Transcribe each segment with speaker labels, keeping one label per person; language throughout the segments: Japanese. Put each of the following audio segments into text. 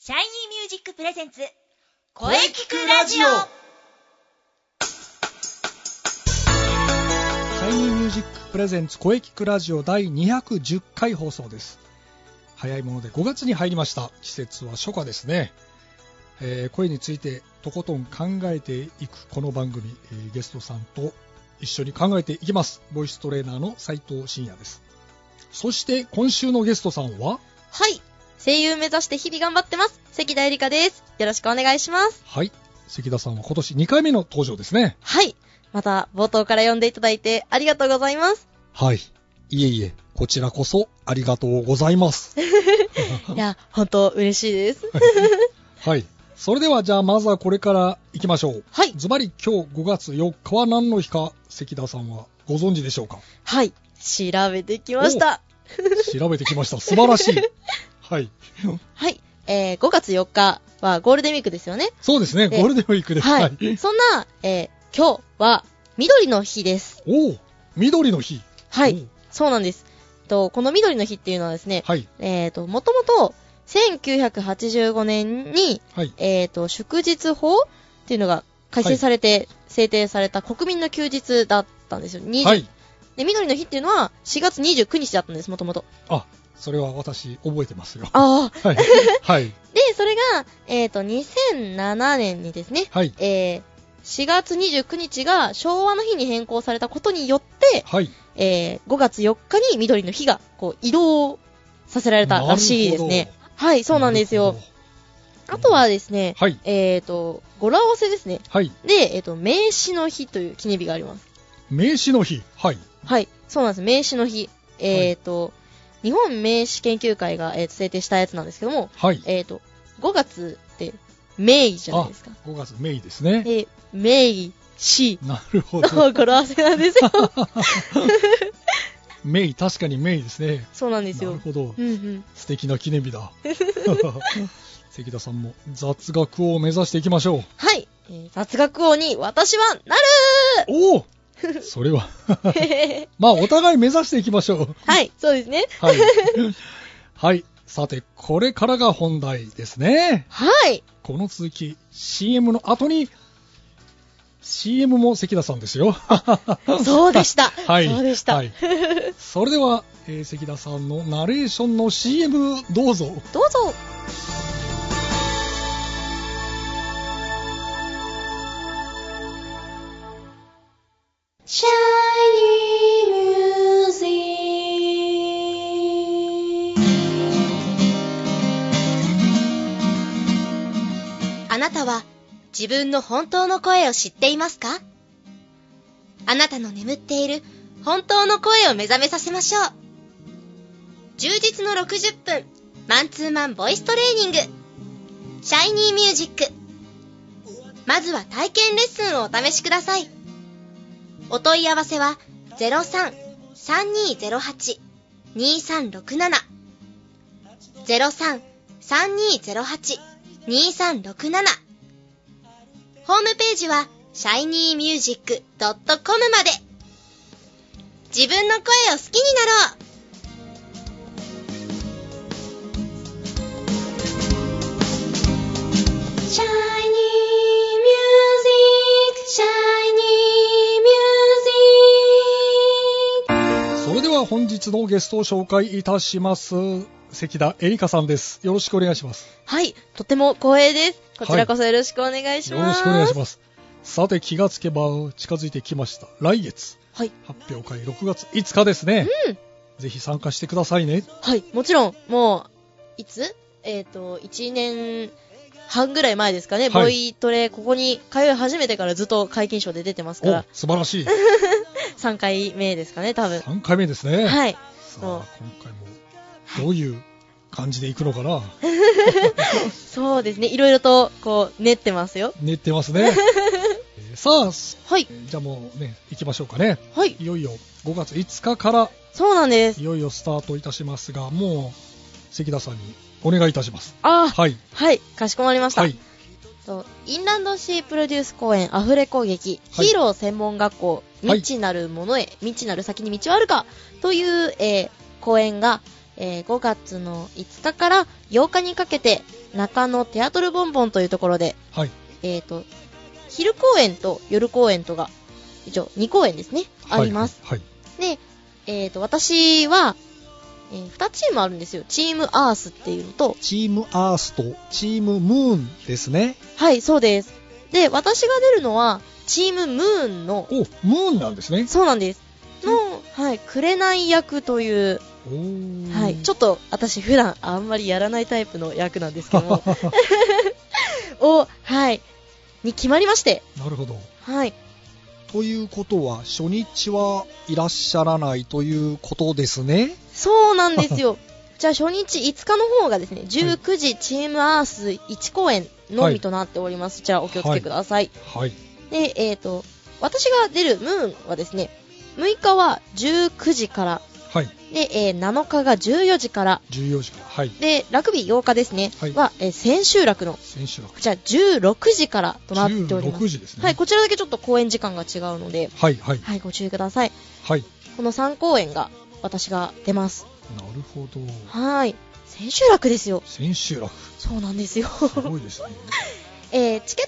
Speaker 1: シャイニーミュージックプレゼンツ
Speaker 2: 声聞くラジオ
Speaker 3: シャイニーミュージックプレゼンツ声聞くラジオ第210回放送です早いもので5月に入りました季節は初夏ですね、えー声についてとことん考えていくこの番組、えーゲストさんと一緒に考えていきますボイストレーナーの斉藤真也ですそして今週のゲストさんは
Speaker 4: はい。声優目指して日々頑張ってます。関田絵里香です。よろしくお願いします。
Speaker 3: はい関田さんは今年2回目の登場ですね
Speaker 4: はい。また、冒頭から読んでいただいてありがとうございます。
Speaker 3: はいいえいえこちらこそありがとうございます
Speaker 4: いや、本当嬉しいです。
Speaker 3: はい。それではじゃあまずはこれから行きましょう。
Speaker 4: はい
Speaker 3: ズバリ今日5月4日は何の日か関田さんはご存知でしょうか
Speaker 4: はい。調べてきました。
Speaker 3: 調べてきました。素晴ら しい。はい。
Speaker 4: はい。えー、5月4日はゴールデンウィークですよね。
Speaker 3: そうですね。
Speaker 4: え
Speaker 3: ゴールデンウィークです。
Speaker 4: はい。そんな、えー、今日は緑の日です。
Speaker 3: おお、緑の日。
Speaker 4: は
Speaker 3: お
Speaker 4: い。
Speaker 3: う。
Speaker 4: そうなんです。と、この緑の日っていうのはですね、
Speaker 3: はい。
Speaker 4: えーと、もともと、1985年に、
Speaker 3: はい。
Speaker 4: えー、と祝日法っていうのが改正されて、制定された国民の休日だったんですよ。20
Speaker 3: はい。
Speaker 4: で緑の日っていうのは4月29日だったんです、もともと。
Speaker 3: あ、それは私覚えてますよ。
Speaker 4: ああ。
Speaker 3: はい。はい。
Speaker 4: で、それが、えー、と2007年にですね、
Speaker 3: はい。
Speaker 4: えー4月29日が昭和の日に変更されたことによって、
Speaker 3: はい。
Speaker 4: えー5月4日に緑の日がこう移動させられたらしいですね。はい、そうなんです
Speaker 3: な
Speaker 4: よ
Speaker 3: る。ほど。
Speaker 4: あとはですね、
Speaker 3: はい。
Speaker 4: えー、と、語呂合わせですね。
Speaker 3: はい。
Speaker 4: で、えっと、名詞の日という記念日があります。
Speaker 3: 名刺の日。はい。
Speaker 4: はい、そうなんです。名詞の日。えっ、と、日本名詞研究会が、えーと制定したやつなんですけども、
Speaker 3: はい。
Speaker 4: えっ、と、5月って、名義じゃないですか。
Speaker 3: 5月、メイですね。
Speaker 4: で、名義、詞
Speaker 3: なるほど。
Speaker 4: の 語呂合わせなんです よ。
Speaker 3: メイ、確かにメイですね。
Speaker 4: そうなんです
Speaker 3: なる
Speaker 4: よ。
Speaker 3: ほど
Speaker 4: う。んうん。
Speaker 3: 素敵な記念日だ。 関田さんも雑学を目指していきましょう。
Speaker 4: はい、えー雑学王に私はなる
Speaker 3: おおそ れは。まあ、お互い目指していきましょう。
Speaker 4: はい、そうですね。
Speaker 3: はい。はい。さて、これからが本題ですね。
Speaker 4: はい。
Speaker 3: この続き、CM の後に、CM も関田さんですよ。
Speaker 4: そうでした。
Speaker 3: はい。
Speaker 4: そうでした。
Speaker 3: はい、それでは、えー関田さんのナレーションの CM どうぞ。
Speaker 4: どうぞ。あなたは自分の本当の声を知っていますかあなたの眠っている本当の声を目覚めさせましょう。充実の60分マンツーマンボイストレーニングシャイニーミュージックまずは体験レッスンをお試しくださいお問い合わせは03-3208-2367 03-3208-2367ホームページは shinymusic.com まで自分の声を好きになろうシャイニーミュージック、シャイニーミュージック。
Speaker 3: それでは本日のゲストを紹介いたします関田恵梨香さんですよろしくお願いします
Speaker 4: はい、とても光栄です。こちらこそよろしくお願いし
Speaker 3: よ
Speaker 4: ま
Speaker 3: ろし
Speaker 4: す。
Speaker 3: くお願いしますさて気がつけば近づいてきました来月
Speaker 4: はい、
Speaker 3: 発表会6月5日ですね、
Speaker 4: うん
Speaker 3: ぜひ参加してくださいね
Speaker 4: はい、もちろん、もう、いつえっ、と、1年半ぐらい前ですかね、
Speaker 3: はい
Speaker 4: ボイトレ、ここに通い始めてからずっと解禁賞で出てますか
Speaker 3: お
Speaker 4: ら、
Speaker 3: 素晴ら しい
Speaker 4: 3回目ですかね、多分。
Speaker 3: 3回目ですね、
Speaker 4: はい。
Speaker 3: さあ
Speaker 4: そう
Speaker 3: 今回もどういう感じでいくのか な
Speaker 4: そうですね、いろいろと、こう、練ってますよ。
Speaker 3: 練ってます ねえーさあす
Speaker 4: はい、
Speaker 3: じゃあもうね行きましょうかね
Speaker 4: はい、
Speaker 3: いよいよ5月5日から
Speaker 4: そうなんです
Speaker 3: い。よいよスタートいたしますが、もう関田さんにお願いいたします。
Speaker 4: ああ、
Speaker 3: はい。
Speaker 4: はい、かしこまりました。
Speaker 3: はい。
Speaker 4: とインランドシープロデュース公演アフレコ劇、
Speaker 3: はい
Speaker 4: ヒーロー専門学校
Speaker 3: はい
Speaker 4: 未知なるものへ、未知なる先に道はあるかという、えー公演が、えー5月の5日から8日にかけて、中野テアトルボンボンというところで、
Speaker 3: はい
Speaker 4: えっ、と、昼公演と夜公演とが、一応2公演ですね、あります。。
Speaker 3: はい。
Speaker 4: で、えっ、と、私は、え2チームあるんですよ。チームアースっていうのと、
Speaker 3: チームアースとチームムーンですね。
Speaker 4: はい、そうです。で、私が出るのは、チームムーンの、
Speaker 3: お、ムーンなんですね。
Speaker 4: そうなんです。の、はい、紅役という、
Speaker 3: おー
Speaker 4: はい、ちょっと私普段あんまりやらないタイプの役なんですけども、 を、はい、に決まりまして、
Speaker 3: なるほど。
Speaker 4: はい、
Speaker 3: ということは、初日はいらっしゃらないということですね。
Speaker 4: そうなんですよ。じゃあ初日5日の方がですね、19時チームアース1公演のみとなっております。じゃあお気をつけください。
Speaker 3: はい。
Speaker 4: で、えっ、と、私が出るムーンはですね、6日は19時から、
Speaker 3: はい。
Speaker 4: で、えー7日が14時から、
Speaker 3: 14時から。はい。
Speaker 4: で、ラグビー8日ですね、
Speaker 3: はい
Speaker 4: は、えー千秋楽の、
Speaker 3: 選手は
Speaker 4: こちら16時からとなっております。
Speaker 3: 16時ですね。
Speaker 4: はい、こちらだけちょっと公演時間が違うので、
Speaker 3: はい。はい。
Speaker 4: はい、ご注意ください。
Speaker 3: はい。
Speaker 4: この3公演が私が出ます。
Speaker 3: なるほど。
Speaker 4: はい。千秋楽ですよ。
Speaker 3: 千秋楽。
Speaker 4: そうなんですよ。
Speaker 3: すごいですね。
Speaker 4: えーチケッ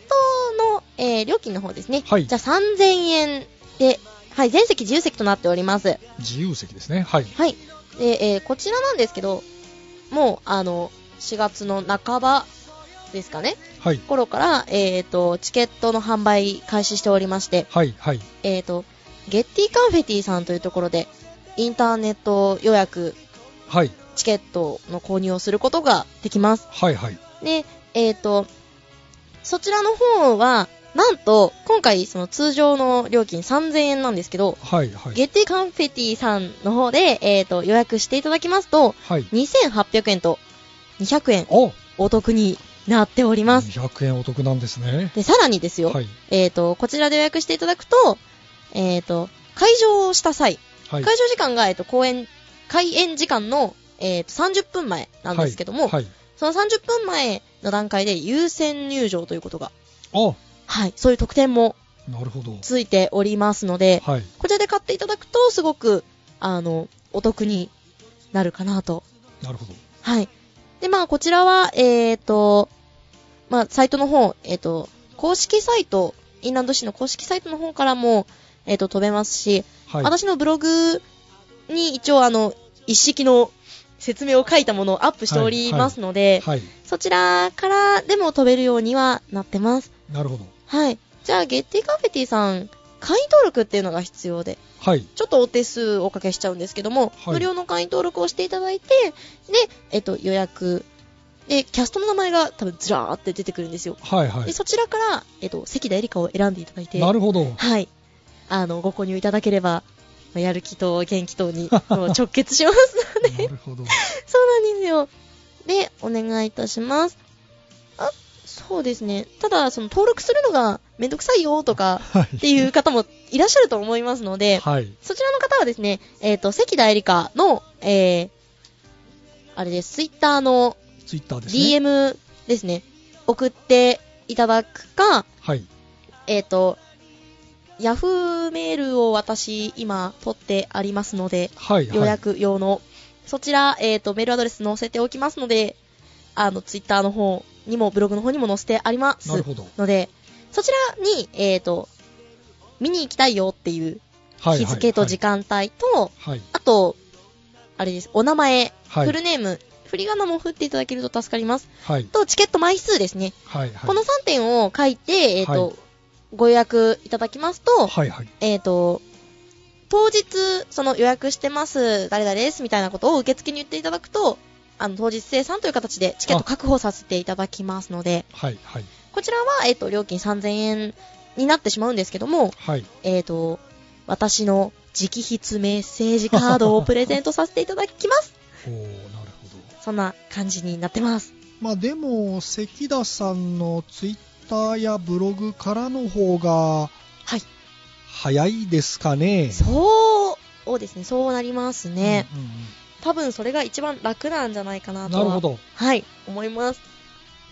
Speaker 4: トの、えー料金の方ですね。
Speaker 3: はい
Speaker 4: じゃあ3000円で、はい、全席自由席となっております。
Speaker 3: 自由席ですね。はい。
Speaker 4: はい。で、えーこちらなんですけど、もう、あの、4月の半ばですかね、
Speaker 3: はい。
Speaker 4: 頃から、えっ、と、チケットの販売開始しておりまして、
Speaker 3: はい。はい。
Speaker 4: えっ、と、ゲッティカンフェティさんというところで、インターネット予約、
Speaker 3: はい。
Speaker 4: チケットの購入をすることができます。
Speaker 3: はい。はい。
Speaker 4: で、えっ、と、そちらの方は、なんと、今回、その通常の料金3000円なんですけど、
Speaker 3: はい。はい。
Speaker 4: ゲッティカンフェティさんの方で、えっ、と、予約していただきますと、
Speaker 3: はい。
Speaker 4: 2800円と200円
Speaker 3: お
Speaker 4: お得になっております。
Speaker 3: 200円お得なんですね。
Speaker 4: で、さらにですよ、
Speaker 3: はい。
Speaker 4: えっ、と、こちらで予約していただくと、えっ、と、会場をした際、
Speaker 3: はい。
Speaker 4: 会場時間が、えっ、と、公演、開演時間の、えっ、と、30分前なんですけども、
Speaker 3: はい。
Speaker 4: その30分前の段階で優先入場ということが、
Speaker 3: はい
Speaker 4: はい、そういう特典も
Speaker 3: あ、なるほど。
Speaker 4: ついておりますので、
Speaker 3: はい。
Speaker 4: こちらで買っていただくと、すごく、あの、お得になるかなと
Speaker 3: なるほど。
Speaker 4: はい。で、まあ、こちらは、えっ、と、まあ、サイトの方、えっ、と、公式サイト、インランド市の公式サイトの方からも、えっ、と、飛べますし、
Speaker 3: はい。
Speaker 4: 私のブログに一応、あの、一式の説明を書いたものをアップしておりますので、
Speaker 3: はい。
Speaker 4: そちらからでも飛べるようにはなってます。
Speaker 3: なるほど。
Speaker 4: はい。じゃあ、ゲッティカフェティさん、会員登録っていうのが必要で、
Speaker 3: はい。
Speaker 4: ちょっとお手数おかけしちゃうんですけども、
Speaker 3: はい
Speaker 4: 無料の会員登録をしていただいて、で、えっと、予約。で、キャストの名前が多分ずらーって出てくるんですよ。
Speaker 3: はい。は
Speaker 4: で、そちらから、えっと、関田絵里香を選んでいただい
Speaker 3: い。
Speaker 4: て、
Speaker 3: なる ほど。
Speaker 4: はい。あの、ご購入いただければ、まあやる気と元気とに もう直結します。
Speaker 3: なるほど。
Speaker 4: そうなんですよ。で、お願いいたします。あ、そうですね。ただ、その登録するのがめんどくさいよとか
Speaker 3: は
Speaker 4: っていう方もいらっしゃると思いますので、
Speaker 3: はい。
Speaker 4: そちらの方はですね、えっ、と、関田絵里香の、えー、あれです、ツイッターの
Speaker 3: ツイッターですね。
Speaker 4: DM ですね、送っていただくか、
Speaker 3: はい。
Speaker 4: えっ、と、ヤフーメールを私、今、取ってありますので、
Speaker 3: はい。
Speaker 4: 予約用の、そちら、えっ、と、メールアドレス載せておきますので、あの、ツイッターの方にも、ブログの方にも載せてありま
Speaker 3: なる
Speaker 4: す
Speaker 3: ほど。
Speaker 4: ので、そちらに、えっ、と、見に行きたいよっていう
Speaker 3: はい。
Speaker 4: 日付と時間帯と、
Speaker 3: 間。はい。
Speaker 4: あと、あれです。お名前、
Speaker 3: はい
Speaker 4: フルネーム、振り仮名も振っていただけると助かります。
Speaker 3: はい。
Speaker 4: と、チケット枚数ですね。
Speaker 3: はい。はい。
Speaker 4: この3点を書いて、えっ、と、
Speaker 3: は
Speaker 4: ご予約いただきますと、
Speaker 3: はい。はい。
Speaker 4: えっ、と、当日、その予約してます、誰々です、みたいなことを受付に言っていただくと、あの、当日生産という形でチケット確保させていただきますので、
Speaker 3: はい。はい。
Speaker 4: こちらは、えっ、と、料金3000円になってしまうんですけども、
Speaker 3: はい。
Speaker 4: えっ、と、私の直筆メッセージカードをプレゼントさせていただきます。
Speaker 3: おー、なるほど。
Speaker 4: そんな感じになってます。
Speaker 3: まあでも、関田さんのツイッターやブログからの方が、
Speaker 4: はい。
Speaker 3: 早いですかね。
Speaker 4: そうですね、そうなりますね。
Speaker 3: うんうんうん
Speaker 4: 多分それが一番楽なんじゃないかなと
Speaker 3: な
Speaker 4: は。
Speaker 3: るほ。ど。
Speaker 4: はい、思います。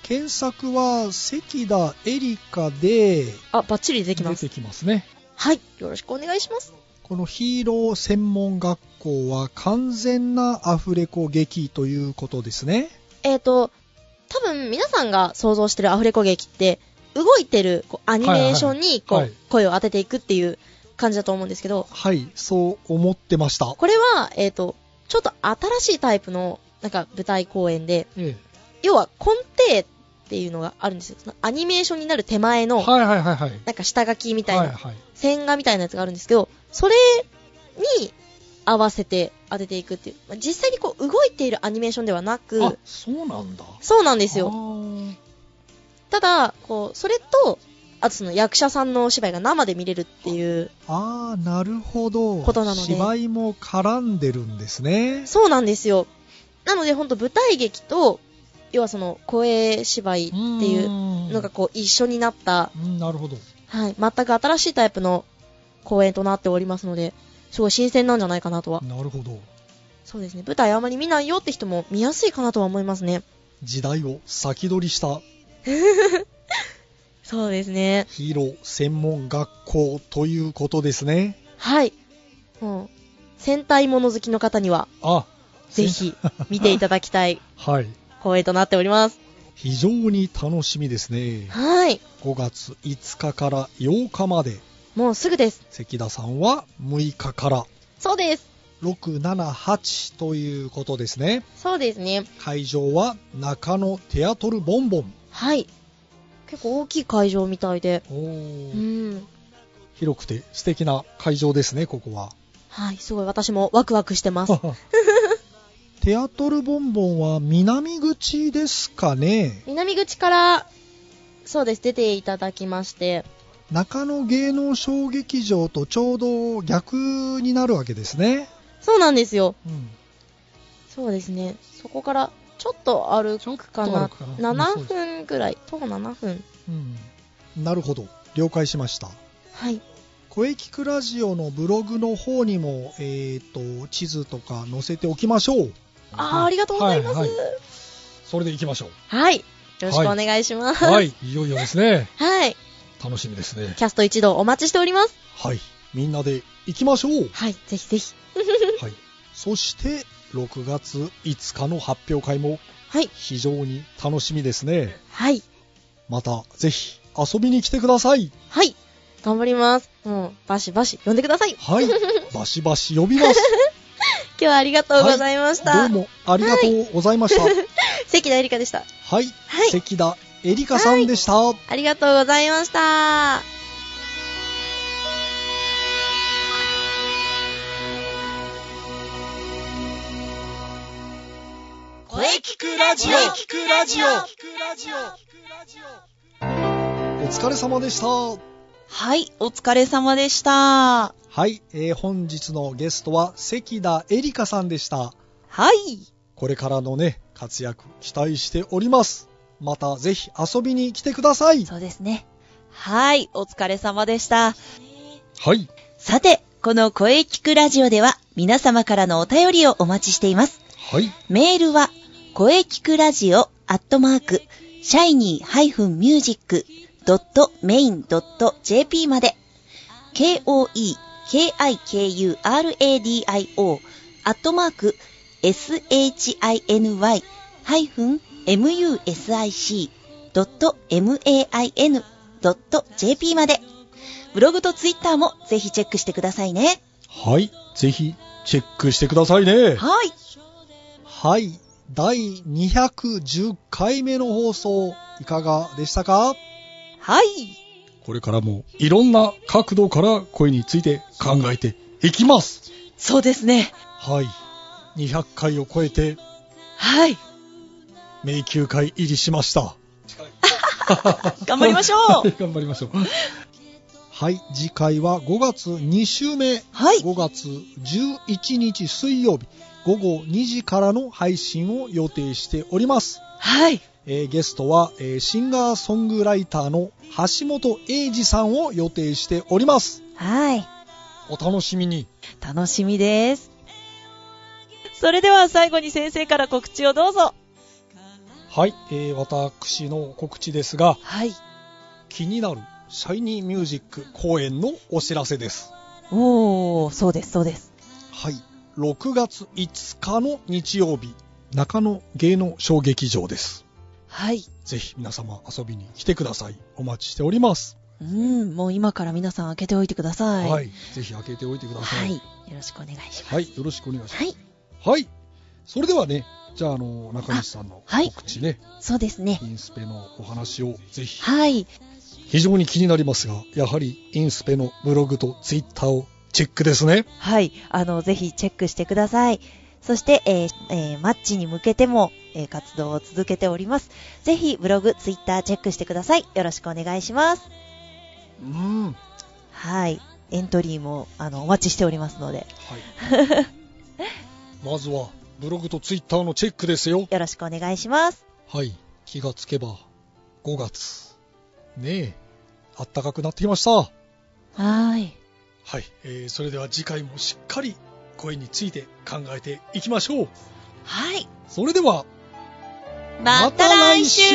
Speaker 3: 検索は関田エリカで
Speaker 4: あ、バッチリできま
Speaker 3: 出
Speaker 4: す。
Speaker 3: てきますね。
Speaker 4: はい、よろしくお願いします。
Speaker 3: このヒーロー専門学校は完全なアフレコ劇ということですね。
Speaker 4: えっ、と、多分皆さんが想像してるアフレコ劇って、動いてるこうアニメーションにこう、
Speaker 3: はいはい
Speaker 4: 声を当てていくっていう感じだと思うんですけど、
Speaker 3: はい、そう思ってました。
Speaker 4: これは、えっ、と、ちょっと新しいタイプの、なんか舞台公演で、
Speaker 3: え
Speaker 4: 要は、根底っていうのがあるんですよ。そのアニメーションになる手前
Speaker 3: え
Speaker 4: の、
Speaker 3: はいはいはいはい。
Speaker 4: なんか下書きみたいな、
Speaker 3: はいはい。
Speaker 4: 線画みたいなやつがあるんですけど、それに合わせて当てていくっていう。まあ実際にこう、動いているアニメーションではなく、
Speaker 3: あ、そうなんだ。
Speaker 4: そうなんですよ。
Speaker 3: よ。
Speaker 4: ただ、こう、それと、あとその役者さんのお芝居が生で見れるっていう、
Speaker 3: あーなるほど。
Speaker 4: ことなので
Speaker 3: 芝居も絡んでるんですね。
Speaker 4: そうなんですよ。なので、ほんと舞台劇と、要はその、声芝居っていうの
Speaker 3: の
Speaker 4: がこう、一緒になった、
Speaker 3: うん、なるほど。
Speaker 4: はい、全く新しいタイプの公演となっておりますので、すごい新鮮なんじゃないかなとは。
Speaker 3: なるほど。
Speaker 4: そうですね。舞台あまり見ないよって人も見やすいかなとは思いますね。
Speaker 3: 時代を先取りした
Speaker 4: そうですね。
Speaker 3: ヒーロー専門学校ということですね。
Speaker 4: はい。もう、戦隊もの好きの方には、
Speaker 3: あ、
Speaker 4: ぜひ見ていただきたい
Speaker 3: はい。
Speaker 4: 公演となっております。
Speaker 3: 非常に楽しみですね。
Speaker 4: はい。
Speaker 3: 5月5日から8日まで、
Speaker 4: もうすぐです。
Speaker 3: 関田さんは6日から
Speaker 4: そうです。
Speaker 3: 678ということですね。
Speaker 4: そうですね。
Speaker 3: 会場は中野テアトルボンボン。
Speaker 4: はい。結構大きい会場みたいで。
Speaker 3: おー
Speaker 4: うん。
Speaker 3: 広くて素敵な会場ですね、ここ は。
Speaker 4: はい。すごい私もワクワクしてます。
Speaker 3: テアトルボンボンは南口ですかね。
Speaker 4: 南口から、そうです。出ていただきまして。
Speaker 3: 中野芸能小劇場とちょうど逆になるわけですね。
Speaker 4: そうなんですよ。
Speaker 3: うん
Speaker 4: そうですね。そこから、ちょっと歩くかな
Speaker 3: ちょっと歩。くかな
Speaker 4: 7分ぐらい。徒歩7分。
Speaker 3: うん、なるほど了解しました
Speaker 4: はい。
Speaker 3: 「声聞くラジオ」のブログの方にも、えー、と地図とか載せておきましょう
Speaker 4: あー、ありがとうございます。
Speaker 3: は
Speaker 4: はいい
Speaker 3: はそれでいきましょう
Speaker 4: よろしくお願いします。
Speaker 3: は
Speaker 4: はい。
Speaker 3: いいよいよですね楽しみですね
Speaker 4: キャスト一同お待ちしております。
Speaker 3: はいみんなで行きましょう
Speaker 4: はい。ぜひぜひ。
Speaker 3: はいそして6月5日の発表会も
Speaker 4: はい。
Speaker 3: 非常に楽しみですね
Speaker 4: はい。
Speaker 3: またぜひ遊びに来てください
Speaker 4: はい。頑張ります。もう、バシバシ呼んでください。今
Speaker 3: はいバシバシ呼びます
Speaker 4: 日はありがとうございました。
Speaker 3: どうもありがとうございました、
Speaker 4: 関田エリカでした。
Speaker 3: はい、
Speaker 4: はい
Speaker 3: 関田エリカさんでした。
Speaker 4: ありがとうございました。
Speaker 5: 声聞くラジオ声聞くラジオ
Speaker 3: お疲れ様でした。
Speaker 2: はい、お疲れ様でした。は
Speaker 3: はい、えー本日のゲストは関田エリカさんでした。
Speaker 2: い。
Speaker 3: これからのね、活躍期待しております。またぜひ遊びに来てください。
Speaker 2: そうですね。はい、お疲れ様でした。
Speaker 3: はい、
Speaker 2: さて、この声聞くラジオでは皆様からのお便りをお待ちしています。
Speaker 3: はい、
Speaker 2: メールは、声聞くラジオアットマーク、シャイニー -music.main.jp まで、k-o-e-k-i-k-u-r-a-d-i-o アットマーク、shiny-music.main.jp まで、ブログとツイッターもぜひチェックしてくださいね。
Speaker 3: はい、ぜひチェックしてくださいね。
Speaker 2: はい。
Speaker 3: はい、第210回目の放送、いかがでしたか
Speaker 2: はい。
Speaker 3: これからもいろんな角度から声について考えていきます。
Speaker 2: そうですね。
Speaker 3: はい。200回を超えて
Speaker 2: はい。
Speaker 3: 迷宮会入りしました。
Speaker 2: 頑張りましょう。
Speaker 3: 頑張りましょう。はい。次回は5月2週目。
Speaker 2: はい。
Speaker 3: 5月11日水曜日午後2時からの配信を予定しております。
Speaker 2: はい。
Speaker 3: えーゲストは、えーシンガーソングライターの橋本英二さんを予定しております。
Speaker 2: はい。
Speaker 3: お楽しみに。
Speaker 2: 楽しみです。それでは最後に先生から告知をどうぞ。
Speaker 3: はい。えー私の告知ですが、
Speaker 2: はい。
Speaker 3: 気になるシャイニーミュージック公演のお知らせです。
Speaker 2: おー、そうです、そうです。
Speaker 3: はい。6月5日の日曜日、中野芸能小劇場です。
Speaker 2: はい。
Speaker 3: ぜひ皆様遊びに来てください。お待ちしております。
Speaker 2: うん、もう今から皆さん開けておいてください。
Speaker 3: はい。。ぜひ開けておいてくださ。
Speaker 2: はいい。
Speaker 3: はい。
Speaker 2: よろしくお願いします。
Speaker 3: よろしくお願いしま
Speaker 2: はい。
Speaker 3: す。はい。それではね、じゃあ、あの、中西さんの
Speaker 2: あはい
Speaker 3: 告知ね、
Speaker 2: そうですね。
Speaker 3: インスペのお話をぜひ。
Speaker 2: はい。
Speaker 3: 非常に気になりますが、やはりインスペのブログとツイッターをチェックですね。
Speaker 2: はい。あの、ぜひチェックしてください。そして、えーえーマッチに向けても、えー活動を続けております。ぜひ、ブログ、ツイッターチェックしてください。よろしくお願いします。
Speaker 3: うん。はい。
Speaker 2: はい。エントリーも、あの、お待ちしておりますので、
Speaker 3: まずは、ブログとツイッターのチェックですよ。
Speaker 2: よろしくお願いします。
Speaker 3: はい。気がつけば、5月。ねえ、あったかくなってきました。
Speaker 2: はい。
Speaker 3: はい、えーそれでは次回もしっかり声について考えていきましょう
Speaker 2: はい。
Speaker 3: それでは
Speaker 2: また来週